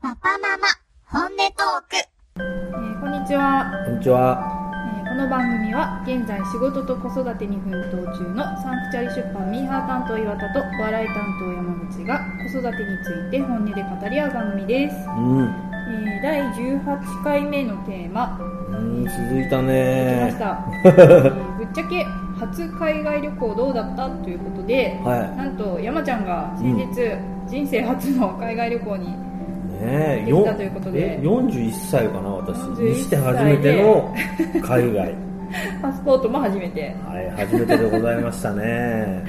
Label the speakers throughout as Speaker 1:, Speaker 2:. Speaker 1: パパママ、本音トーク。
Speaker 2: えーこんにちは、
Speaker 3: こんにちは。
Speaker 2: えーこの番組は現在仕事と子育てに奮闘中のサンクチャリ出版ミーハー担当岩田とお笑い担当山口が子育てについて本音で語り合う番組です、
Speaker 3: うん。う
Speaker 2: えー第18回目のテーマ
Speaker 3: ーん、続
Speaker 2: で
Speaker 3: いた
Speaker 2: きま
Speaker 3: ね
Speaker 2: し。た、えーぶっちゃけ初海外旅行どうだったということで
Speaker 3: は
Speaker 2: なんと山ちゃんが先日、人生初の海外旅行に
Speaker 3: い。ねえ、
Speaker 2: できた
Speaker 3: よん
Speaker 2: ということで
Speaker 3: え41歳かな、私。
Speaker 2: 41
Speaker 3: にして初めての海外。
Speaker 2: パスポートも初めて
Speaker 3: はい、初めてでございましたね。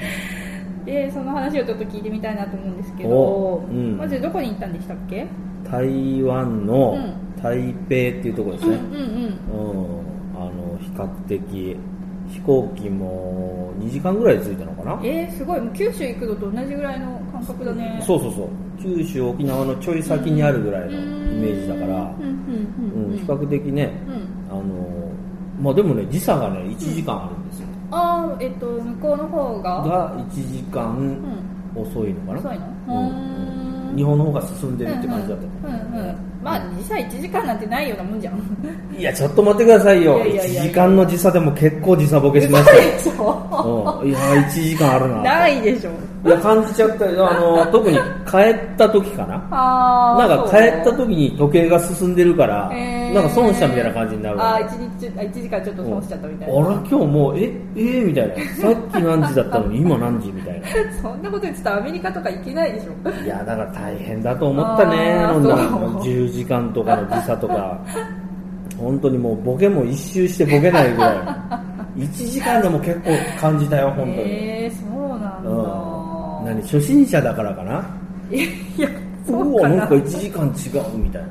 Speaker 2: でその話をちょっと聞いてみたいなと思うんですけど
Speaker 3: お、うん
Speaker 2: まずどこに行ったんでしたっけ
Speaker 3: 台湾の
Speaker 2: うん
Speaker 3: 台北っていうところですね。
Speaker 2: うんうん
Speaker 3: うん。あの、比較的、飛行機も2時間ぐらいで着いたのかな
Speaker 2: えー、すごいもう九州行くのと同じぐらいの感覚だね
Speaker 3: そうそうそう。九州、沖縄のちょい先にあるぐらいのイメージだから
Speaker 2: うん、うんうん
Speaker 3: う、
Speaker 2: うんん
Speaker 3: 比較的ね、
Speaker 2: うん
Speaker 3: あのまあでもね時差がね1時間あるんですよ、
Speaker 2: ああえっと向こうの方が
Speaker 3: が1時
Speaker 2: う
Speaker 3: 間
Speaker 2: ん
Speaker 3: 遅いのか
Speaker 2: 遅
Speaker 3: ない
Speaker 2: の
Speaker 3: うん
Speaker 2: うーん
Speaker 3: 日本の方が進んでるって感じだった、
Speaker 2: うんうんうんうんまあ実際1時間なんてないようなもんじゃん
Speaker 3: いやちょっと待ってくださいよ
Speaker 2: いやいやいやいや
Speaker 3: 1時間の時差でも結構時差ボケしま したよ
Speaker 2: でしょ
Speaker 3: うん、いや1時間あるな
Speaker 2: ないでしょ
Speaker 3: いや感じちゃったよあの 特に帰った時かな
Speaker 2: ああ
Speaker 3: なんか帰った時に時計が進んでるから、
Speaker 2: えー
Speaker 3: なんか損したみたいな感じになる
Speaker 2: ああ1日あ一時間ちょっと損しちゃったみたいな、
Speaker 3: うんあら今日もうええー、みたいなさっき何時だったのに今何時みたいな
Speaker 2: そんなこと言ってたらアメリカとか行けないでしょ
Speaker 3: いやだから大変だと思ったね
Speaker 2: あー
Speaker 3: そんな
Speaker 2: そう
Speaker 3: 10時間とかの時差とか本当にもうボケも一周してボケないぐらい1時間でも結構感じたよ本当に、
Speaker 2: えー、そうなんだ、
Speaker 3: うん何初心者だからかない
Speaker 2: やそう
Speaker 3: お
Speaker 2: か
Speaker 3: わ
Speaker 2: な
Speaker 3: なんか1時間違うみたいな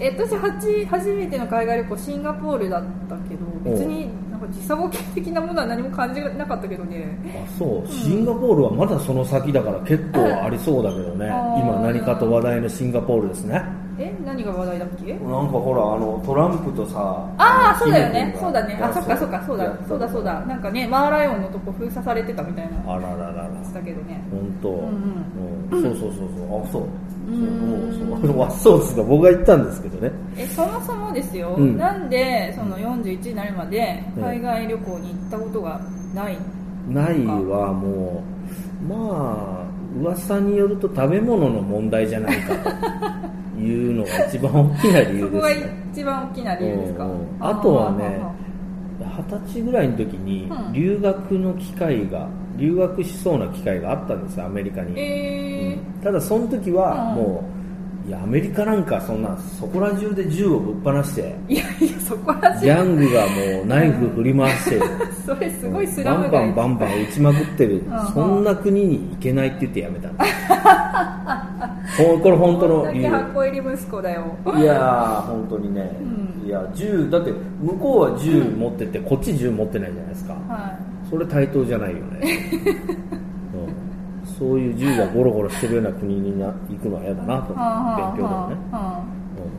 Speaker 2: え私初初めての海外旅行シンガポールだったけど別になんか時差ボケ的なものは何も感じなかったけどね
Speaker 3: あそうシンガポールはまだその先だから結構ありそうだけどね
Speaker 2: あー
Speaker 3: 今何かと話題のシンガポールですねなん
Speaker 2: え何が話題だっけ
Speaker 3: かほらあのトランプとさ
Speaker 2: ああ
Speaker 3: の
Speaker 2: そうだよね
Speaker 3: キム
Speaker 2: そうだねあそっかそっかそう
Speaker 3: や
Speaker 2: だ
Speaker 3: った
Speaker 2: そうだそうだなんかねマーライオンのとこ封鎖されてたみたいな
Speaker 3: あらららら
Speaker 2: 話だけどね
Speaker 3: 本当、
Speaker 2: ん
Speaker 3: うんそうそうそうそうあそう
Speaker 2: うん
Speaker 3: そうそうそうあそうっつうか僕が言ったんですけどね
Speaker 2: えそもそもですよ、
Speaker 3: うん
Speaker 2: なんでその41になるまで海外旅行に行ったことがない、
Speaker 3: ないはもうまあ噂によると食べ物の問題じゃないかと いうのが一番大きな理
Speaker 2: そ
Speaker 3: 由
Speaker 2: こが
Speaker 3: ですね
Speaker 2: 一番大きな理由ですか、
Speaker 3: うんあとはね
Speaker 2: あ
Speaker 3: 二十歳ぐらいの時に
Speaker 2: うん
Speaker 3: 留学の機会が留学しそうな機会があったんですよアメリカ
Speaker 2: ー
Speaker 3: に、
Speaker 2: え
Speaker 3: ただその時は
Speaker 2: うん
Speaker 3: もう、いやアメリカなんかそんなそこら中で銃をぶっ放して
Speaker 2: ー、いやいやそこらし
Speaker 3: ギャングがもうナイフ振り回して、
Speaker 2: それすごいスラ
Speaker 3: バ
Speaker 2: ム
Speaker 3: ンバ
Speaker 2: 街
Speaker 3: ンバンバン撃ちまくってる
Speaker 2: んうん
Speaker 3: そんな国に行けないって言ってやめたんですほんこれ本当の
Speaker 2: だ
Speaker 3: 理
Speaker 2: け
Speaker 3: 由
Speaker 2: 箱入り息子だよ
Speaker 3: いやー本当にね、
Speaker 2: うん
Speaker 3: いや銃だって向こうは銃持ってて、こっち銃持ってないじゃないですか
Speaker 2: は
Speaker 3: それ対等じゃないよ ね、うん、そういう銃がゴロゴロしてるような国にな行くのは嫌だなと
Speaker 2: いは
Speaker 3: 思って勉
Speaker 2: あ
Speaker 3: 強で
Speaker 2: は
Speaker 3: もね、
Speaker 2: あはあ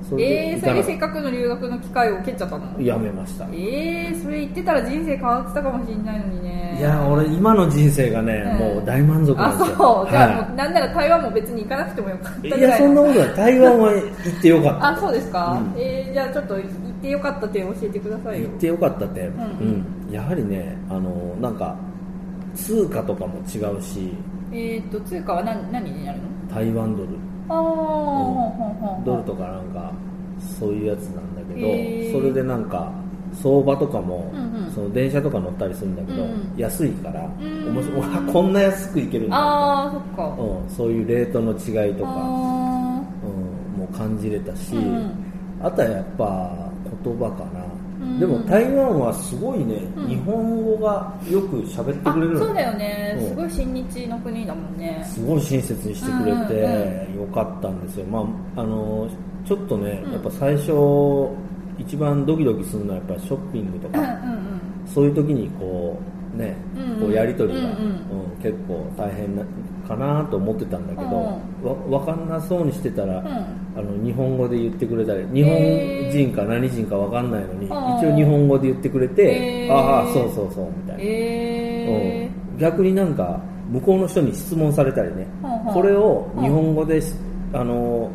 Speaker 3: うん、それ
Speaker 2: え
Speaker 3: で
Speaker 2: ー、
Speaker 3: 行
Speaker 2: それ
Speaker 3: か
Speaker 2: で
Speaker 3: な
Speaker 2: せっかくの留学の機会を蹴っちゃったの
Speaker 3: やめました
Speaker 2: えー、それ言ってたら人生変わってたかもしれないのにね
Speaker 3: いや俺今の人生がね、
Speaker 2: うん
Speaker 3: もう大満足なんです
Speaker 2: あ
Speaker 3: よ
Speaker 2: そうじゃあ、
Speaker 3: は
Speaker 2: もうなんなら台湾も別に行かなくてもよかったぐ
Speaker 3: い
Speaker 2: らい
Speaker 3: いやそんなことない台湾は行ってよかった
Speaker 2: あそうですか、
Speaker 3: うん
Speaker 2: えーじゃあちょっと行ってよかった点教えてくださいよ
Speaker 3: 行ってよかったって、うんんやはりねあのなんか通貨とかも違うし
Speaker 2: えーっと通貨は何何になるの
Speaker 3: 台湾ドル
Speaker 2: ああ、ほんほんほん
Speaker 3: ドルとかなんかそういうやつなんだけど、
Speaker 2: へー
Speaker 3: それでなんか相場とかも、
Speaker 2: うんうん
Speaker 3: その電車とか乗ったりするんだけど、
Speaker 2: うんうん
Speaker 3: 安いから、
Speaker 2: ん
Speaker 3: 面白いわこんな安く行けるんだ、
Speaker 2: ああそっか
Speaker 3: うん、そういうレートの違いとか、
Speaker 2: あ
Speaker 3: うん、もう感じれたし、
Speaker 2: うんうん
Speaker 3: あとはやっぱ言葉かな、
Speaker 2: うん
Speaker 3: でも台湾はすごいね、
Speaker 2: うん
Speaker 3: 日本語がよく喋って
Speaker 2: あ
Speaker 3: くれる
Speaker 2: そう
Speaker 3: の
Speaker 2: だよね
Speaker 3: うん
Speaker 2: すごい親日の国だもんね
Speaker 3: すごい親切にしてくれてよかったんですよ、まあ、あのちょっとね、
Speaker 2: うん
Speaker 3: やっぱ最初一番ドキドキするのはやっぱショッピングと
Speaker 2: うんうん
Speaker 3: か、そういう時にこうね、
Speaker 2: うんうん
Speaker 3: こうやり取りが、
Speaker 2: うん
Speaker 3: うん結構大変なかなと思ってたんだけど、わ分かんなそうにしてたら、
Speaker 2: うんうん
Speaker 3: あの日本語で言ってくれたり日本人か何人か分かんないのに、
Speaker 2: あー
Speaker 3: 一応日本語で言ってくれて、
Speaker 2: へー
Speaker 3: ああそうそうそうみたいな、
Speaker 2: えー
Speaker 3: うん逆になんか向こうの人に質問されたりね、
Speaker 2: ほんほん
Speaker 3: これを日本語でし、あの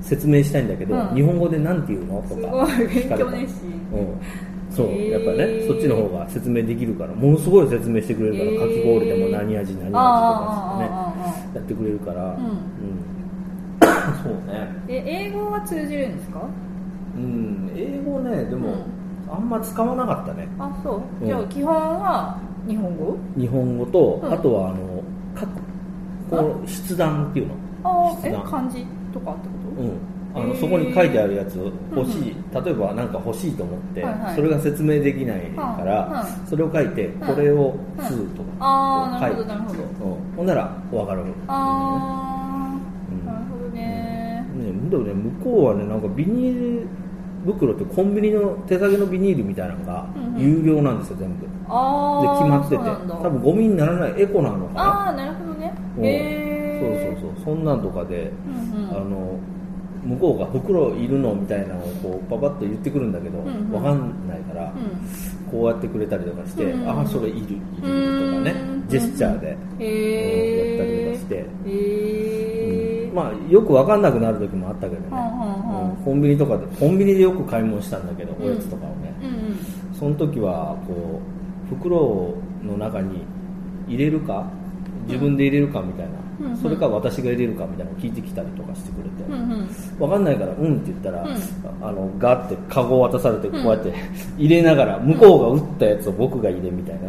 Speaker 3: 説明したいんだけど、
Speaker 2: うん
Speaker 3: 日本語でなんて言うのと
Speaker 2: す
Speaker 3: か
Speaker 2: ごい
Speaker 3: 聞
Speaker 2: 勉
Speaker 3: かれた
Speaker 2: 強熱心
Speaker 3: うんそう、
Speaker 2: へー
Speaker 3: やっぱねそっちの方が説明できるからものすごい説明してくれるから、
Speaker 2: へー
Speaker 3: かき氷でも何味何味と
Speaker 2: あ
Speaker 3: か
Speaker 2: あ
Speaker 3: ですね
Speaker 2: ああああ
Speaker 3: やってくれるから、
Speaker 2: うん
Speaker 3: そうね、
Speaker 2: え英語は通じるんですか
Speaker 3: うん、英語ねでも、
Speaker 2: うん
Speaker 3: あんま使わなかったね
Speaker 2: あそう
Speaker 3: うん
Speaker 2: じゃあ基本は日本語
Speaker 3: 日本語と、
Speaker 2: うん
Speaker 3: あとはあの書くこう筆談っていうの,、
Speaker 2: ああえ
Speaker 3: 質問
Speaker 2: 漢字とかってこ
Speaker 3: うん、あ
Speaker 2: へ
Speaker 3: の
Speaker 2: ー
Speaker 3: そこに書いてあるやつを欲しい、例えば何か欲しいと思って、
Speaker 2: はいはい
Speaker 3: それが説明できないから、
Speaker 2: うん
Speaker 3: それを書いて、
Speaker 2: ん
Speaker 3: これを「す」と
Speaker 2: と
Speaker 3: か、
Speaker 2: ああなるほ
Speaker 3: は
Speaker 2: どな
Speaker 3: い
Speaker 2: るほど
Speaker 3: うんほんなら分かる、
Speaker 2: あ
Speaker 3: うん
Speaker 2: あなるほどね
Speaker 3: ね、でもね向こうはねなんかビニール袋ってコンビニの手提げのビニールみたいなのが
Speaker 2: うんうん
Speaker 3: 有料なんですよ全部で
Speaker 2: あ
Speaker 3: 決
Speaker 2: あ
Speaker 3: まってて
Speaker 2: そうなんだ
Speaker 3: 多分ゴミにならないエコなのかな
Speaker 2: ああなるほどね
Speaker 3: うんそう
Speaker 2: へえ
Speaker 3: そうそうそんなんとかで、
Speaker 2: うんうん
Speaker 3: あの向こうが袋いるのみたいなのをこうパパッと言ってくるんだけど、
Speaker 2: うんうん
Speaker 3: わかんないから、こうやってくれたりとかして、
Speaker 2: うんうん
Speaker 3: ああそれいるいるとかね
Speaker 2: うん
Speaker 3: ジェスチャーで、
Speaker 2: うんへえ
Speaker 3: うんやったりとか
Speaker 2: へ
Speaker 3: して
Speaker 2: え
Speaker 3: まあよくわかんなくなる時もあったけどね、
Speaker 2: はんはんはん
Speaker 3: うんコンビニとかでコンビニでよく買い物したんだけど、
Speaker 2: うん
Speaker 3: おやつとかをね
Speaker 2: うんうん
Speaker 3: その時はこう袋の中に入れるか自分で入れるかみたいな、
Speaker 2: うん
Speaker 3: それか私が入れるかみたいなのを聞いてきたりとかしてくれて、
Speaker 2: うんうん
Speaker 3: わかんないから「うん」って言ったら、
Speaker 2: うん
Speaker 3: ああのガッてカゴを渡されてこ
Speaker 2: うん
Speaker 3: うやって入れながら向こうが打ったやつを僕が入れみたいなこ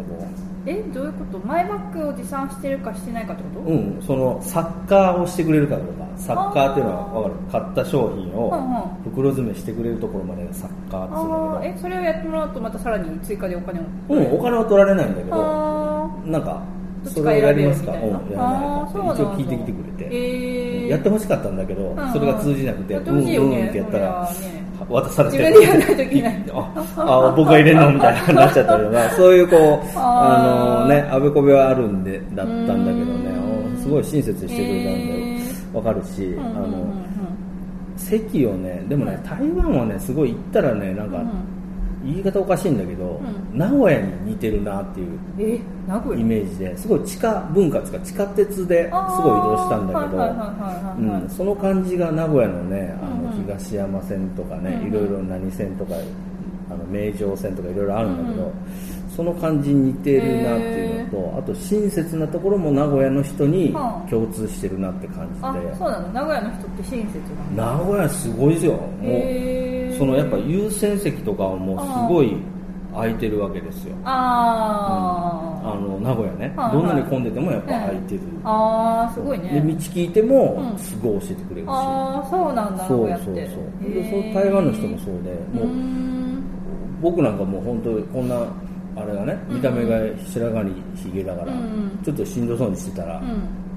Speaker 2: えどういうことマイバッグを持参してるかしてないかってこと
Speaker 3: う、うん、そのサッカーをしてくれるかとかサッカーっていうのはわかる買った商品を
Speaker 2: うんうん
Speaker 3: 袋詰めしてくれるところまでがサッカーって言うん
Speaker 2: あ
Speaker 3: だ
Speaker 2: あ
Speaker 3: け
Speaker 2: えそれをやってもらうとまたさらに追加でお金を
Speaker 3: ど、うん、お金は取られないんだけど
Speaker 2: あ
Speaker 3: なんか
Speaker 2: どっ
Speaker 3: そ
Speaker 2: ちか
Speaker 3: れ
Speaker 2: 選
Speaker 3: や
Speaker 2: べ
Speaker 3: り
Speaker 2: よ
Speaker 3: ます
Speaker 2: み
Speaker 3: か、う
Speaker 2: た
Speaker 3: ん
Speaker 2: いな、、
Speaker 3: やら
Speaker 2: あ
Speaker 3: ない
Speaker 2: ー
Speaker 3: か
Speaker 2: そう
Speaker 3: ら
Speaker 2: なん
Speaker 3: 一
Speaker 2: だ
Speaker 3: 応聞いてきてくれて、
Speaker 2: えー、
Speaker 3: やってほしかったんだけど、
Speaker 2: んうん
Speaker 3: それが通じなくて、
Speaker 2: やって
Speaker 3: う
Speaker 2: ほ
Speaker 3: ん
Speaker 2: しいよね
Speaker 3: うんってやったら
Speaker 2: それはね、
Speaker 3: 渡されて、
Speaker 2: 自分でやらないといけない
Speaker 3: ああ、僕が入れるのみたいななっちゃったり とか、そういうこ
Speaker 2: あ
Speaker 3: う、
Speaker 2: ー
Speaker 3: あのね、あべこべはあるんで、だったんだけど
Speaker 2: う
Speaker 3: ね
Speaker 2: ん、
Speaker 3: すごい親切にしてくれたん
Speaker 2: へ
Speaker 3: で、わかるし、
Speaker 2: うん
Speaker 3: あ
Speaker 2: うんうん
Speaker 3: の、席をね、でもね、台湾はね、すごい行ったらね、なん
Speaker 2: うんう
Speaker 3: か、
Speaker 2: ん
Speaker 3: 言い方おかしいんだけど、
Speaker 2: うん
Speaker 3: 名古屋に似てるなっていう
Speaker 2: え名古
Speaker 3: イ
Speaker 2: 屋
Speaker 3: メージですごい地下文化とか地下鉄ですごい移動したんだけ
Speaker 2: あーはいはい
Speaker 3: ど、
Speaker 2: はいはいはいうはい
Speaker 3: ん、その感じが名古屋のねあ
Speaker 2: うん
Speaker 3: の
Speaker 2: うん
Speaker 3: 東山線とかね、
Speaker 2: うんうん
Speaker 3: いろいろ何線とかあの名城線とかいろいろあるんだけど、
Speaker 2: うんう
Speaker 3: その感じに似てるなっていうのとあと親切なところも名古屋の人に
Speaker 2: はあ
Speaker 3: 共通してるなって感じ
Speaker 2: あ
Speaker 3: で、
Speaker 2: そうなの名古屋の人って親切なの
Speaker 3: 名古屋すごいですよも
Speaker 2: へ
Speaker 3: う
Speaker 2: ー
Speaker 3: そのやっぱ優先席とかはもうすごい空いてるわけですよ
Speaker 2: あ
Speaker 3: あの名古屋ね、
Speaker 2: はい
Speaker 3: どんなに混んでてもやっぱ空いてる、
Speaker 2: ーあーすごいね
Speaker 3: で道聞いても
Speaker 2: うん
Speaker 3: すごい教えてくれるし、
Speaker 2: ああそうなんだ
Speaker 3: そ
Speaker 2: こ
Speaker 3: う
Speaker 2: うやっ
Speaker 3: そうそう
Speaker 2: て
Speaker 3: でそう台湾の人もそううで
Speaker 2: も
Speaker 3: もう僕なんかもう本当こんなあれがね見た目が白髪にひげだから、
Speaker 2: うん
Speaker 3: ちょっとしんどそうにしてたら、
Speaker 2: ん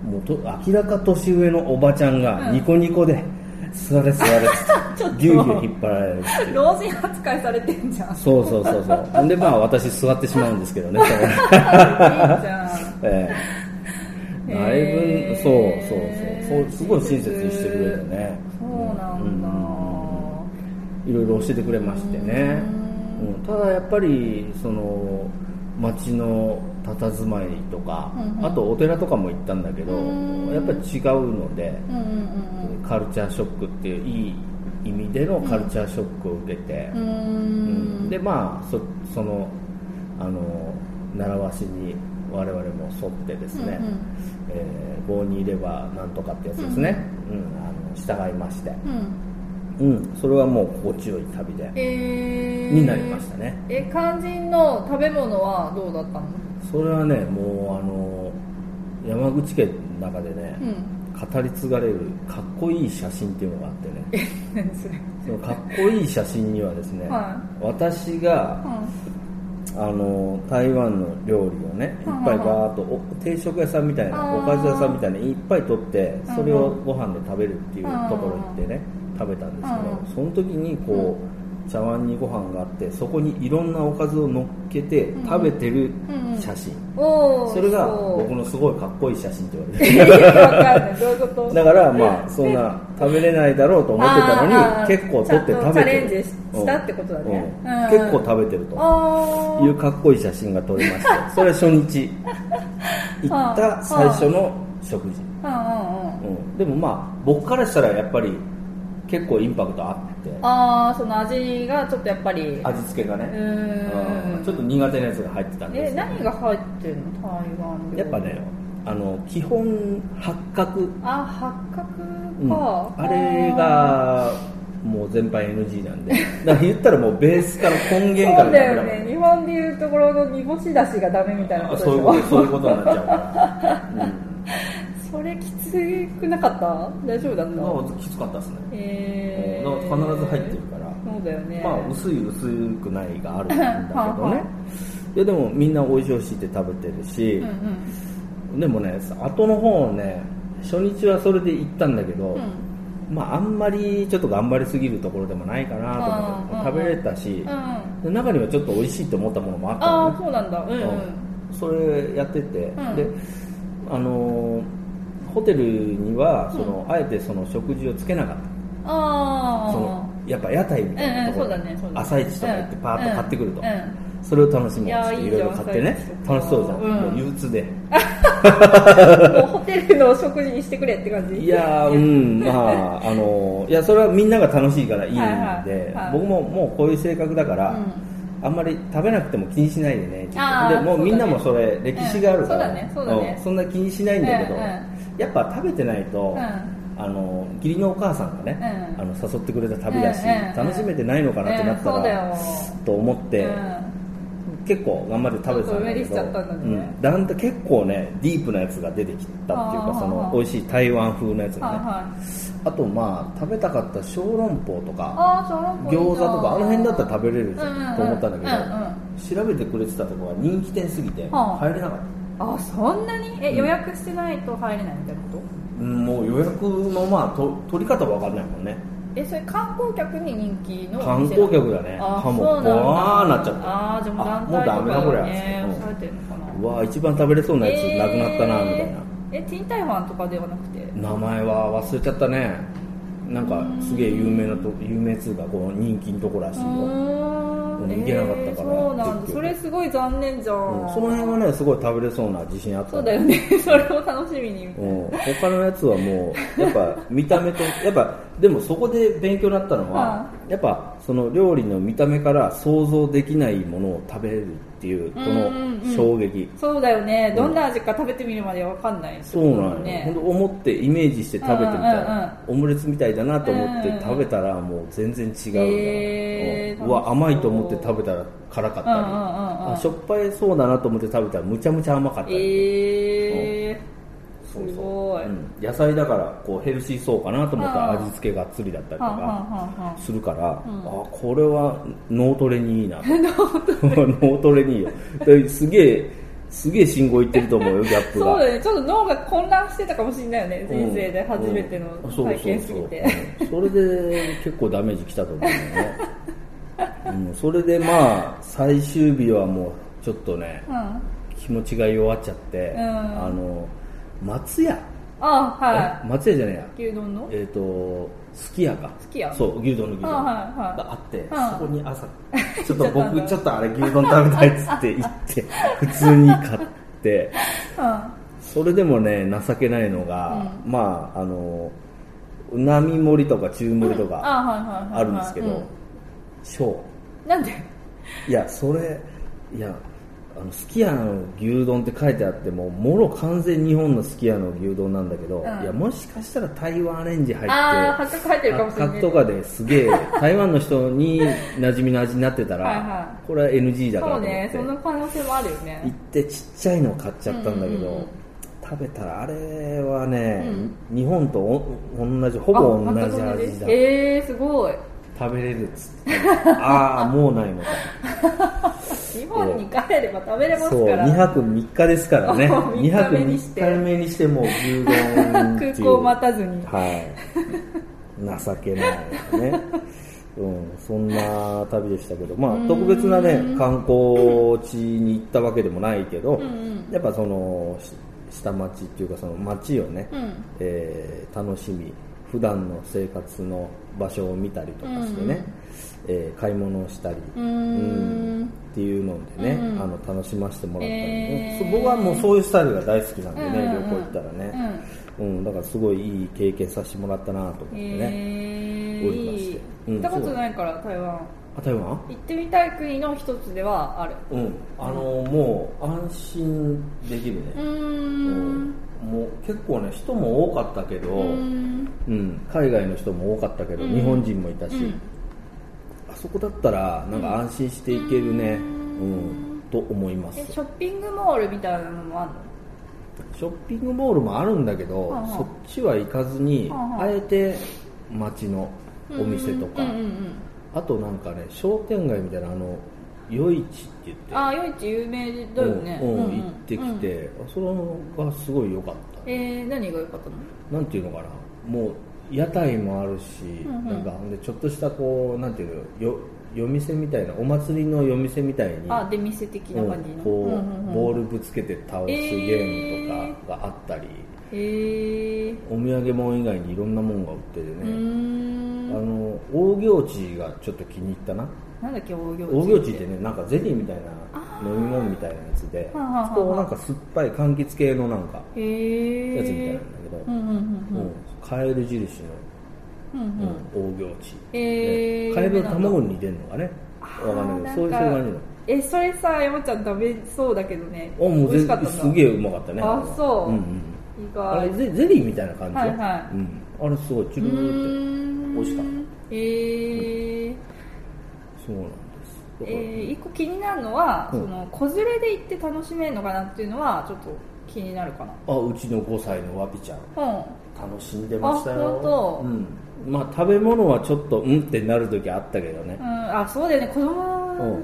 Speaker 3: もうと明らか年上のおばちゃんが
Speaker 2: うん
Speaker 3: ニコニコで、座れ座れ
Speaker 2: ちょっと
Speaker 3: ぎゅうぎゅう引っ張られるっていう
Speaker 2: 老人扱いされてん じゃんいい
Speaker 3: そうそうそうそうほんでまあ私座ってしまうんですけどねそこに
Speaker 2: じゃん
Speaker 3: ええだい
Speaker 2: へ
Speaker 3: ぶ
Speaker 2: ー
Speaker 3: そうそうそうそうすごい親切にしてくれてね
Speaker 2: そうなんだ
Speaker 3: いろいろ教えてくれましてね、うん、ただやっぱりその街の佇まいとか、
Speaker 2: うんうん
Speaker 3: あとお寺とかも行ったんだけど、
Speaker 2: うん
Speaker 3: やっぱり違うので、
Speaker 2: うんうん
Speaker 3: カルチャーショックっていういい意味でのカルチャーショックを受けて
Speaker 2: うんう、
Speaker 3: うん
Speaker 2: ん
Speaker 3: でまあそそのあの習わしに我々も沿ってですね、
Speaker 2: うんうん
Speaker 3: えー棒にいればなんとかってやつですね、うんあの従いまして、
Speaker 2: うん
Speaker 3: うん、それはもう心地よい旅で、
Speaker 2: えー
Speaker 3: になりましたね
Speaker 2: え肝心の食べ物はどうだったの
Speaker 3: それはねもうあの山口県の中でね、
Speaker 2: うん
Speaker 3: 語り継がれるかっこいい写真っていうのがあってね
Speaker 2: 何それ
Speaker 3: そのかっこいい写真にはですね、
Speaker 2: は
Speaker 3: 私が
Speaker 2: う
Speaker 3: あの台湾の料理をねいっぱいバーっとお定食屋さんみたいな
Speaker 2: あー
Speaker 3: おかず屋さんみたいないっぱい取って
Speaker 2: うん
Speaker 3: それをご飯で食べるっていうところ行ってね食べたんですけどその時にこう茶碗にご飯があってそこにいろんなおかずを乗っけて
Speaker 2: うん
Speaker 3: 食べてる
Speaker 2: うんうん
Speaker 3: 写真
Speaker 2: んおお
Speaker 3: それが僕
Speaker 2: 僕
Speaker 3: のすごいかっこいい写真って言われ
Speaker 2: 分
Speaker 3: て
Speaker 2: かんないどういうこと
Speaker 3: だからまあそんな食べれないだろうと思ってたの
Speaker 2: あー
Speaker 3: に結構取って
Speaker 2: ちゃんと
Speaker 3: 食べてる
Speaker 2: チャレンジしたってことだね
Speaker 3: うん
Speaker 2: うん
Speaker 3: 結構食べてると
Speaker 2: あ
Speaker 3: いうかっこいい写真が撮れましてそれは初日 行った最初の食事、
Speaker 2: あうんうんうん
Speaker 3: うん、でもまあ僕からしたらやっぱり結構インパクトあって
Speaker 2: ああその味がちょっとやっぱり
Speaker 3: 味付けがね
Speaker 2: うーん
Speaker 3: うんちょっと苦手なやつが入ってたんで
Speaker 2: え
Speaker 3: すけど
Speaker 2: 何が入ってるの台湾料理
Speaker 3: やっぱねあの基本八角、
Speaker 2: あ八角
Speaker 3: うん
Speaker 2: か、
Speaker 3: あれがもう全般 NG なんで だから言ったらもうベースから根
Speaker 2: そ
Speaker 3: 源から
Speaker 2: うだよ
Speaker 3: ダメ
Speaker 2: ね日本でいうところの煮干しだしがダメみたいなこ
Speaker 3: あ
Speaker 2: とでし
Speaker 3: そういう
Speaker 2: ょ
Speaker 3: ことそういうことになっちゃ うから、
Speaker 2: それきつくなかった大丈夫だっ
Speaker 3: う
Speaker 2: た、
Speaker 3: ん、まあきつかったですね、
Speaker 2: え
Speaker 3: うん
Speaker 2: ー、
Speaker 3: なんか必ず入ってるから、
Speaker 2: そうだよね
Speaker 3: まあ薄い薄くないがあるんだけど
Speaker 2: はあは
Speaker 3: ねいやでもみんな美味しい美味しいって食べてるし、
Speaker 2: うんうん
Speaker 3: でもね後の方ね初日はそれで行ったんだけ
Speaker 2: う
Speaker 3: ど、
Speaker 2: ん
Speaker 3: まああんまりちょっと頑張りすぎるところでもないかなと思
Speaker 2: う
Speaker 3: って、
Speaker 2: んうんうん
Speaker 3: 食べれたし、
Speaker 2: うん
Speaker 3: で中にはちょっと美味しいと思ったものもあった
Speaker 2: あ
Speaker 3: の
Speaker 2: あそうなんだうんうん
Speaker 3: うんそれやってて、
Speaker 2: うん
Speaker 3: であのーホテルにはその、あえてその食事をつけなかった
Speaker 2: ああ
Speaker 3: そのやっぱ屋台みたいなところ、
Speaker 2: うんうんそうだねそうだね
Speaker 3: 朝市とか行ってパーッと買ってくると、
Speaker 2: うんうん
Speaker 3: それを楽しもうっつっ
Speaker 2: いや
Speaker 3: て
Speaker 2: いい
Speaker 3: い
Speaker 2: じゃ
Speaker 3: ろ
Speaker 2: ん
Speaker 3: いろ買ってね
Speaker 2: 朝市
Speaker 3: 楽しそうじゃん、
Speaker 2: うん
Speaker 3: もう憂鬱で
Speaker 2: もうホテルの食事にしてくれって感じ
Speaker 3: いやーうんまああのーいやそれはみんなが楽しいからいいんで、
Speaker 2: はいはいはい
Speaker 3: 僕ももうこういう性格だから、あんまり食べなくても気にしないでねって言っ
Speaker 2: あ
Speaker 3: て
Speaker 2: ー
Speaker 3: でも
Speaker 2: そうだ
Speaker 3: う
Speaker 2: ね
Speaker 3: みんなもそれ歴史があるから、
Speaker 2: うんそうだねそうだね
Speaker 3: んそんな気にしないんだけど、
Speaker 2: うんうん
Speaker 3: やっぱ食べてないと、あの義理のお母さんがね、
Speaker 2: うん
Speaker 3: あの誘ってくれた旅だし、
Speaker 2: うんうんうん
Speaker 3: 楽しめてないのかなってなったら、
Speaker 2: うんそうだよ
Speaker 3: と思って、
Speaker 2: うん
Speaker 3: 結構頑張って食べてたんだ
Speaker 2: ちょっと上に
Speaker 3: け
Speaker 2: しちゃったんだ
Speaker 3: ど、
Speaker 2: ね
Speaker 3: うんだんだん結構ねディープなやつが出てきたっていう
Speaker 2: あ
Speaker 3: か
Speaker 2: ー
Speaker 3: そ
Speaker 2: は
Speaker 3: の
Speaker 2: あ
Speaker 3: 美味しい台湾風のやつが
Speaker 2: はい
Speaker 3: ね、
Speaker 2: はい
Speaker 3: あとまあ食べたかった小籠包とか
Speaker 2: ああ小籠包いい
Speaker 3: 餃
Speaker 2: な
Speaker 3: 子とかあの辺だったら食べれるじゃん、
Speaker 2: うんうん
Speaker 3: と思ったんだけど、
Speaker 2: うんうん
Speaker 3: 調べてくれてたとこが人気店すぎて
Speaker 2: はあ
Speaker 3: 入れなかった、
Speaker 2: あそんなに
Speaker 3: う
Speaker 2: え
Speaker 3: ん
Speaker 2: 予約してないと入れないみたいなこと
Speaker 3: うん、もう予約のまあと取り方わかんないもんね
Speaker 2: えそれ観光客に人気のお
Speaker 3: 観
Speaker 2: 店なの
Speaker 3: 光客だね
Speaker 2: あ
Speaker 3: かも
Speaker 2: そうなんだ
Speaker 3: わーなっちゃった
Speaker 2: あーじゃあもう団体
Speaker 3: あもうダメだこ
Speaker 2: と
Speaker 3: り
Speaker 2: か
Speaker 3: ゃ
Speaker 2: でね
Speaker 3: うん
Speaker 2: 押されてるのかな
Speaker 3: うわ一番食べれそうなやつなくなったなみたいな、
Speaker 2: えーえティンタイファンとかではなくて
Speaker 3: 名前は忘れちゃったねなんかすげえ有名なと有名通がこう人気のとこらしいよ、うん
Speaker 2: う
Speaker 3: うん
Speaker 2: ん
Speaker 3: 行けなかったから
Speaker 2: えーそうなん
Speaker 3: 結
Speaker 2: だ
Speaker 3: 局
Speaker 2: それすごい残念じゃん、
Speaker 3: その辺はねすごい食べれそうな自信あった
Speaker 2: そうだよね それを楽しみに
Speaker 3: うん、他のやつはもうやっぱ見た目とやっぱでもそこで勉強になったのは、やっぱその料理の見た目から想像できないものを食べるっていうこ
Speaker 2: うんうんう
Speaker 3: の
Speaker 2: ん
Speaker 3: 衝撃、
Speaker 2: そうだよね
Speaker 3: ん
Speaker 2: どんな味か食べてみるまでわかんない
Speaker 3: そうなんよ、
Speaker 2: ね
Speaker 3: 本当思ってイメージして食べてみたら、オムレツみたいだなと思っ
Speaker 2: うんう
Speaker 3: て
Speaker 2: ん
Speaker 3: 食べたらもう全然違う、
Speaker 2: へー
Speaker 3: うんう
Speaker 2: 楽し
Speaker 3: わ
Speaker 2: そう
Speaker 3: 甘いと思って食べたら辛かったり、
Speaker 2: うんうんうんうん
Speaker 3: あしょっぱいそうだなと思って食べたらむちゃむちゃ甘かったり、
Speaker 2: えー
Speaker 3: そう
Speaker 2: す
Speaker 3: そ
Speaker 2: ご
Speaker 3: う
Speaker 2: い
Speaker 3: うん、野菜だからこうヘルシーそうかなと思ったら
Speaker 2: うん
Speaker 3: 味付けがっつりだったりと
Speaker 2: はあは
Speaker 3: か
Speaker 2: あはあ
Speaker 3: するから、
Speaker 2: うん
Speaker 3: あこれは脳トレにいい なと 脳トレにいいよですげえすげえ信号いってる と思うよギャップ
Speaker 2: そう
Speaker 3: が
Speaker 2: だねちょっと脳が混乱してたかもしれないよね
Speaker 3: うん
Speaker 2: 人生で初めての
Speaker 3: うんそうそうそう
Speaker 2: 体験すぎて
Speaker 3: うんそれで結構ダメージきたと思うんだよ ね、うん、それでまあ最終日はもうちょっとね
Speaker 2: うんあ
Speaker 3: 気持ちが弱っちゃって、
Speaker 2: ん
Speaker 3: あの松屋、
Speaker 2: は
Speaker 3: え松屋じゃねえや
Speaker 2: い牛丼の
Speaker 3: えっ、と、すき家か。
Speaker 2: すき家
Speaker 3: そう、牛丼の牛丼
Speaker 2: あはいはい
Speaker 3: があって、
Speaker 2: うん
Speaker 3: そこ に朝、ちょっと
Speaker 2: 行っちゃったん
Speaker 3: 僕、
Speaker 2: だ
Speaker 3: ちょっとあれ牛丼食べたいっつって 行って、普通に買って、
Speaker 2: うん
Speaker 3: それでもね、情けないのが、まあ、あの、うなみ盛りとか中盛りとか
Speaker 2: あはいはいはいはい
Speaker 3: あるんですけ
Speaker 2: う
Speaker 3: ど、小、
Speaker 2: なんで
Speaker 3: いや、それ、いや、あのすき家の牛丼って書いてあってももろ完全日本のすき家の牛丼なんだけど、
Speaker 2: うん
Speaker 3: いやもしかしたら台湾アレンジ入って
Speaker 2: ああ八角入ってるかもしれ
Speaker 3: 八
Speaker 2: ない
Speaker 3: 角とかですげえ台湾の人に馴染みの味になってたら
Speaker 2: はいは
Speaker 3: これは NG だから
Speaker 2: そう
Speaker 3: と思って
Speaker 2: ねその可能性もあるよね
Speaker 3: 行ってちっちゃいのを買っちゃったんだけ
Speaker 2: う
Speaker 3: ど、
Speaker 2: んうんうん
Speaker 3: 食べたらあれはね、
Speaker 2: う
Speaker 3: 日本とお同じほぼ同
Speaker 2: あ
Speaker 3: じ味だ
Speaker 2: えー、すごい
Speaker 3: 食べれるっつってああもうないのか
Speaker 2: 日本に帰れば食べれます
Speaker 3: そう
Speaker 2: から
Speaker 3: 2泊3日ですから ね
Speaker 2: 三日目
Speaker 3: 2泊
Speaker 2: にして
Speaker 3: 3日目にしてもう牛丼っていう
Speaker 2: 空港を待たずに
Speaker 3: はい。情けないね。うん、そんな旅でしたけど、
Speaker 2: う
Speaker 3: まあ、
Speaker 2: ん
Speaker 3: 特別なね、観光地に行ったわけでもないけど、
Speaker 2: んうん
Speaker 3: やっぱその、し下町っていうか、その町をね、
Speaker 2: うん
Speaker 3: えー楽しみ、普段の生活の場所を見たりとかしてね、
Speaker 2: うんうん
Speaker 3: えー買い物をしたり、
Speaker 2: うーん
Speaker 3: っていうのでね、
Speaker 2: うん
Speaker 3: あの楽しませてもらったりね、
Speaker 2: へー
Speaker 3: そう僕はもうそういうスタイルが大好きなんでね、
Speaker 2: うんうんうん
Speaker 3: 旅行行ったらね、うんだからすごいいい経験させてもらったなと思ってね、
Speaker 2: えー、
Speaker 3: 美味うん
Speaker 2: 行ったことないから台湾
Speaker 3: あ台湾
Speaker 2: 行ってみたい国の一つではある
Speaker 3: うんあのもう安心できる
Speaker 2: う
Speaker 3: ね、
Speaker 2: ーん
Speaker 3: もう結構ね人も多かったけど、
Speaker 2: うーん
Speaker 3: うん、海外の人も多かったけど、
Speaker 2: うん
Speaker 3: 日本人もいたし、
Speaker 2: うん
Speaker 3: あそこだったらなんか安心していけるね、うんと思います
Speaker 2: えショッピングモールみたいなのもあるの
Speaker 3: ショッピングモールもあるんだけど、
Speaker 2: はいはい
Speaker 3: そっちは行かずに、
Speaker 2: はいはい
Speaker 3: あえて街のお店とか、
Speaker 2: うんうんうん
Speaker 3: あとなんかね商店街みたいなあの夜市って言って
Speaker 2: ああ夜市有名だよね
Speaker 3: うんうん
Speaker 2: うんうん
Speaker 3: 行ってきて、それがすごい良かっ
Speaker 2: うんえー何が良かったの
Speaker 3: たなんていうのかなもう屋台もあるし、
Speaker 2: んうん
Speaker 3: なんかほんでちょっとしたこうなんていうのよ夜店みたいなお祭りの夜店みたいに
Speaker 2: あ出店的な感じの
Speaker 3: うんこう、
Speaker 2: んんん
Speaker 3: ボールぶつけて倒すゲームとかがあったり、
Speaker 2: へえー
Speaker 3: お土産物以外にいろんなもんが売っててね、
Speaker 2: うーん
Speaker 3: あの大行地がちょっと気に入ったな
Speaker 2: なんだっけ大行地
Speaker 3: 大行地ってねなんかゼリーみたいな飲み物みたいなやつで
Speaker 2: はあはあはあ
Speaker 3: そこをなんか酸っぱい柑橘系のなんか
Speaker 2: へえー、
Speaker 3: やつみたいなんだけど、
Speaker 2: うんうんうんうん
Speaker 3: うんカエル印
Speaker 2: うんうん
Speaker 3: の、うん大行地、
Speaker 2: へー
Speaker 3: でカエルの卵に似てるのかねわかんないけどそういうそういう感じの
Speaker 2: えそれさ山ちゃん食べそうだけどね
Speaker 3: おもう
Speaker 2: 美味
Speaker 3: ぜ
Speaker 2: しかったんだ
Speaker 3: すげえうまかったね
Speaker 2: あ
Speaker 3: れは
Speaker 2: そうん
Speaker 3: ん、
Speaker 2: 意
Speaker 3: あ
Speaker 2: 外
Speaker 3: れゼゼリーみたいな感じよ、
Speaker 2: はいはい
Speaker 3: うん、あれすごいチ
Speaker 2: う
Speaker 3: ュルーって
Speaker 2: ーん
Speaker 3: 美味しかった
Speaker 2: えー
Speaker 3: そうなんですだ
Speaker 2: え
Speaker 3: から
Speaker 2: ー一個気になるのは、
Speaker 3: うん
Speaker 2: その子連れで行って楽しめるのかなっていうのはちょっと気になるかな
Speaker 3: あうちの5歳のワピちゃん
Speaker 2: うん
Speaker 3: 楽しんでましたよ
Speaker 2: あ本当
Speaker 3: うん、まあ食べ物はちょっとうんってなる時あったけどね
Speaker 2: う、ん、あそうだよね子供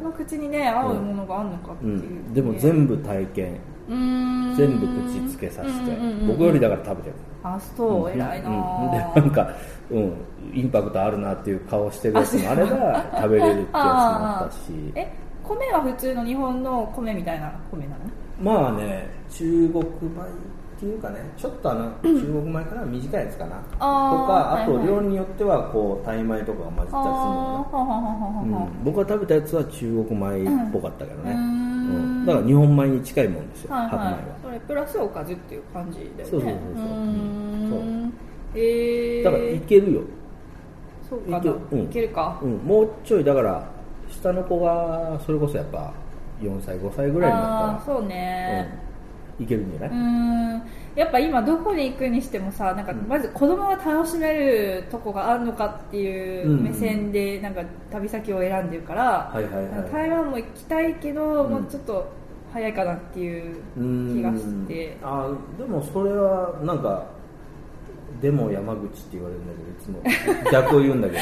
Speaker 2: の口にね合うものがあるのかって
Speaker 3: う
Speaker 2: い
Speaker 3: ん
Speaker 2: う、ね
Speaker 3: でも全部体験
Speaker 2: うーん
Speaker 3: 全部口つけさせて、
Speaker 2: うんうんうん
Speaker 3: 僕よりだから食べてる
Speaker 2: あそう偉いな
Speaker 3: うんで
Speaker 2: あ、
Speaker 3: なんか、うん、インパクトあるなっていう顔してるやつもあれば食べれるってやつもあったし
Speaker 2: ああえ米は普通の日本の米みたいな米なの
Speaker 3: まあね中国米っていうかねちょっとあの中国米から短いやつかな、とか
Speaker 2: あー
Speaker 3: あと
Speaker 2: はいはい
Speaker 3: 料理によってはこうタイ米とかが混じったりするの
Speaker 2: あ
Speaker 3: かな
Speaker 2: ははははは
Speaker 3: うん、僕が食べたやつは中国米っぽかったけどね、
Speaker 2: うん
Speaker 3: うんだから日本米に近いもんですよ、
Speaker 2: はい
Speaker 3: 白米は
Speaker 2: はいそれプラスおかずっていう感じだよね
Speaker 3: そうそうそうそう
Speaker 2: ー
Speaker 3: うん
Speaker 2: んええ
Speaker 3: だからいけるよ、
Speaker 2: そうか
Speaker 3: い
Speaker 2: い
Speaker 3: け
Speaker 2: け,、
Speaker 3: うん
Speaker 2: るか、
Speaker 3: うん、もうちょいだから下の子がそれこそやっぱ4歳5歳ぐらいに
Speaker 2: あー
Speaker 3: なったら
Speaker 2: そうね、
Speaker 3: うん、いけるんじゃ
Speaker 2: う
Speaker 3: ない、
Speaker 2: んやっぱ今どこに行くにしてもさなんかまず子供が楽しめるとこがあるのかっていう
Speaker 3: うん
Speaker 2: 目線でなんか旅先を選んでるから、
Speaker 3: はいはいはい
Speaker 2: 台湾も行きたいけど、
Speaker 3: うん
Speaker 2: もうちょっと早いかなっていう
Speaker 3: うん
Speaker 2: 気がして
Speaker 3: あーでもそれはなんかでも山口って言われるんだけどいつも逆を言うん だけど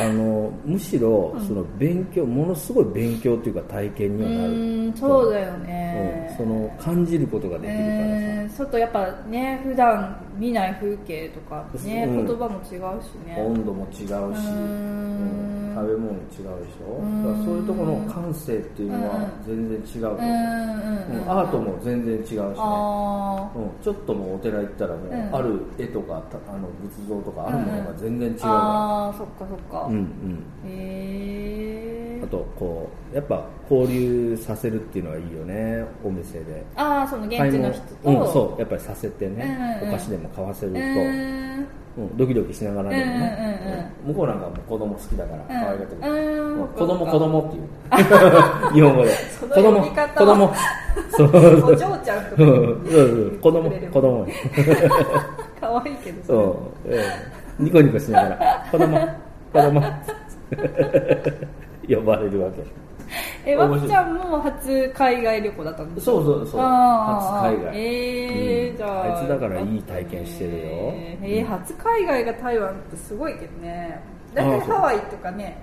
Speaker 3: あのむしろその勉強、ものすごい勉強っていうか体験にはなる
Speaker 2: うんそうだよ
Speaker 3: うん
Speaker 2: ね
Speaker 3: その感じることができるからさ、
Speaker 2: うんちょっとやっぱね普段見ない風景とかね、
Speaker 3: うん
Speaker 2: 言葉も違うしね
Speaker 3: 温度も違うし、
Speaker 2: うーん
Speaker 3: うん食べ物も違うでしょ、
Speaker 2: うん
Speaker 3: だからそういうところの感性っていうのは全然違うと思う、
Speaker 2: うんうんうん
Speaker 3: うんアートも全然違うしね、
Speaker 2: あ
Speaker 3: うん、ちょっともうお寺行ったらもう、
Speaker 2: うん
Speaker 3: ある絵とかたあの仏像とかあるものが全然違う
Speaker 2: ー
Speaker 3: か、
Speaker 2: あーそっかそっから
Speaker 3: うんうん、
Speaker 2: へえ
Speaker 3: あとこうやっぱ交流させるっていうのはいいよねお店で
Speaker 2: ああその現地の人と、
Speaker 3: うん、そうやっぱりさせてね、
Speaker 2: うんうん
Speaker 3: お菓子でも買わせる
Speaker 2: う
Speaker 3: と、
Speaker 2: ーん
Speaker 3: うん、ドキドキしながらでもね、うん向こうなんかもう子供好きだから可愛がってくれる、
Speaker 2: うんうん
Speaker 3: 子供子供ってい う日本語で
Speaker 2: そ
Speaker 3: 子
Speaker 2: の
Speaker 3: 供
Speaker 2: 呼
Speaker 3: 子
Speaker 2: び方
Speaker 3: 供
Speaker 2: は
Speaker 3: そう
Speaker 2: お嬢ちゃんと
Speaker 3: う
Speaker 2: か
Speaker 3: んうんうん子供子供
Speaker 2: 可愛いけど
Speaker 3: そ
Speaker 2: さ
Speaker 3: う、うんニコニコしながら子供子供 呼ばれるわけ
Speaker 2: えわきちゃんも初海外旅行だったんです
Speaker 3: そうそうそう
Speaker 2: あ
Speaker 3: 初
Speaker 2: ー
Speaker 3: 海外、
Speaker 2: えー
Speaker 3: うん
Speaker 2: じゃあ
Speaker 3: あいつだからいい体験してるよ
Speaker 2: えーえー
Speaker 3: うん
Speaker 2: 初海外が台湾ってすごいけどね大
Speaker 3: あ
Speaker 2: 体
Speaker 3: ーそう
Speaker 2: ハワイとかね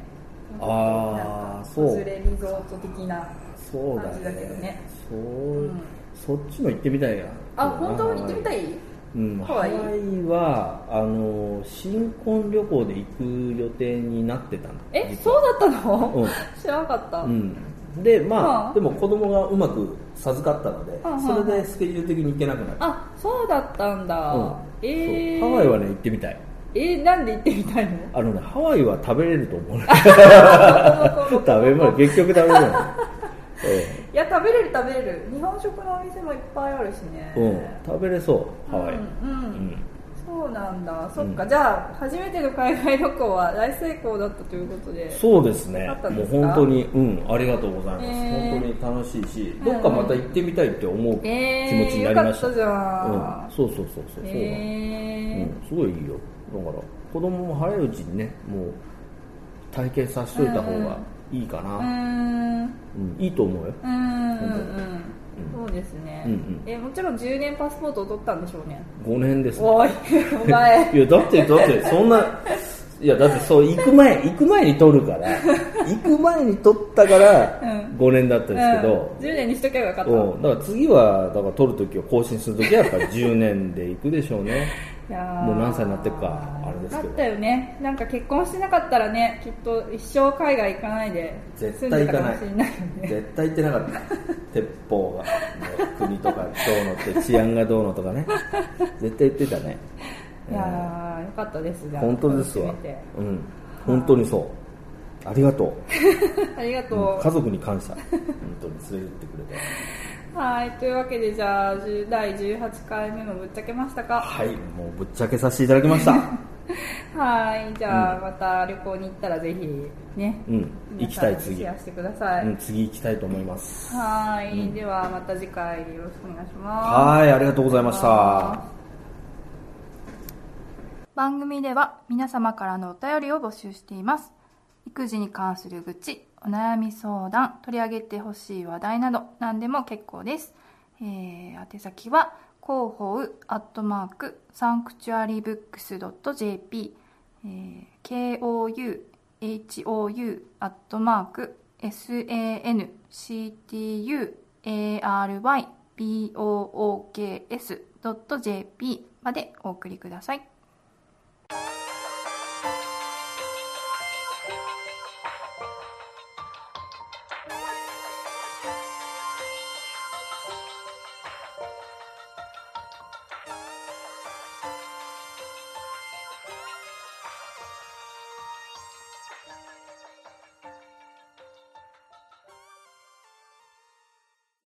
Speaker 3: あーそう
Speaker 2: ズれリゾート的な
Speaker 3: そうだ
Speaker 2: 感じだけど
Speaker 3: ね
Speaker 2: ね
Speaker 3: そう、
Speaker 2: ん
Speaker 3: そっちも行ってみたいな
Speaker 2: あ本当に行ってみたい
Speaker 3: うん、ハ
Speaker 2: ハ
Speaker 3: ワ
Speaker 2: ワ
Speaker 3: イ
Speaker 2: イ
Speaker 3: はあの新婚旅行で行く予定になってたの
Speaker 2: え
Speaker 3: 実
Speaker 2: そ
Speaker 3: は
Speaker 2: うだったの、
Speaker 3: うん
Speaker 2: 知らなかった、
Speaker 3: うん、でまあ、
Speaker 2: うん
Speaker 3: でも子供がうまく授かったので、
Speaker 2: うんうん
Speaker 3: それでスケジュール的に行けなくなった、
Speaker 2: あそうだったんだ、
Speaker 3: うん
Speaker 2: えー、
Speaker 3: そうハワイはね行ってみたい
Speaker 2: えー、なんで行ってみたい の
Speaker 3: あのねハワイは食べれると思う
Speaker 2: こ
Speaker 3: 食べ物結局食べれ ない
Speaker 2: いや食べれる食べれる日本食のお店もいっぱいあるしね
Speaker 3: うん、うん、食べれそうハワイ、
Speaker 2: うん、うん
Speaker 3: うん
Speaker 2: そそうなんだそっか、じゃあ初めての海外旅行は大成功だったということで
Speaker 3: そうですね
Speaker 2: よかった
Speaker 3: も
Speaker 2: で
Speaker 3: う
Speaker 2: すか
Speaker 3: 本当にうんありがとうございます、
Speaker 2: えー
Speaker 3: 本当に楽しいしどっかまた行ってみたいって思う気持ち
Speaker 2: えー
Speaker 3: になりました、
Speaker 2: よかったじゃん
Speaker 3: うん、そうそうそうそうそうなの、
Speaker 2: え
Speaker 3: うん、すごいいいよだから子供も早いうちにねもう体験させといた方がいいか
Speaker 2: ー、う
Speaker 3: な、
Speaker 2: ーんう
Speaker 3: うんいいと思うよ
Speaker 2: ーんうんうんそうですね、
Speaker 3: うんうん
Speaker 2: えもちろん10年パスポートを取ったんでしょうね
Speaker 3: 5年ですね
Speaker 2: おいお 前
Speaker 3: いやだってだってそんないやだってそう行く前行く前に取るから 行く前に取ったから
Speaker 2: うん
Speaker 3: 5年だったんですけ
Speaker 2: う
Speaker 3: ど
Speaker 2: ん、10年にしとけばよかった、
Speaker 3: うん、だから次はだから取るときを更新するときはやっぱり10年で行くでしょうね
Speaker 2: いやー
Speaker 3: もう何歳になってるかあれですけど
Speaker 2: なったよねなんか結婚してなかったらねきっと一生海外行かないで
Speaker 3: 絶対行かない
Speaker 2: 住んでたかもしれ ないよね
Speaker 3: 絶対行ってなかった鉄砲が、ね国とかどうのって治安がどうのとかね絶対言ってたね、
Speaker 2: いやーよかったですじゃあ
Speaker 3: 本当ですわ
Speaker 2: 楽しめて
Speaker 3: うん本当にそうありがとう
Speaker 2: ありがとう、
Speaker 3: うん家族に感謝本当に連れてってくれて
Speaker 2: はい、というわけでじゃあ10第18回目もぶっちゃけましたか
Speaker 3: はいもうぶっちゃけさせていただきました
Speaker 2: はいじゃあまた旅行に行ったらぜひね、
Speaker 3: うん行
Speaker 2: 皆
Speaker 3: き
Speaker 2: さ
Speaker 3: た
Speaker 2: ん
Speaker 3: い次
Speaker 2: シェアしてください、
Speaker 3: うん次行きたいと思います
Speaker 2: はい、ではまた次回よろしくお願いします
Speaker 3: はいありがとうございました
Speaker 2: 番組では皆様からのお便りを募集しています育児に関する愚痴お悩み相談取り上げてほしい話題など何でも結構です、えー宛先は広報アットマークサンクチュアリーブックス .jp、えー kouhou アットマーク sanctuarybooks.jp までお送りください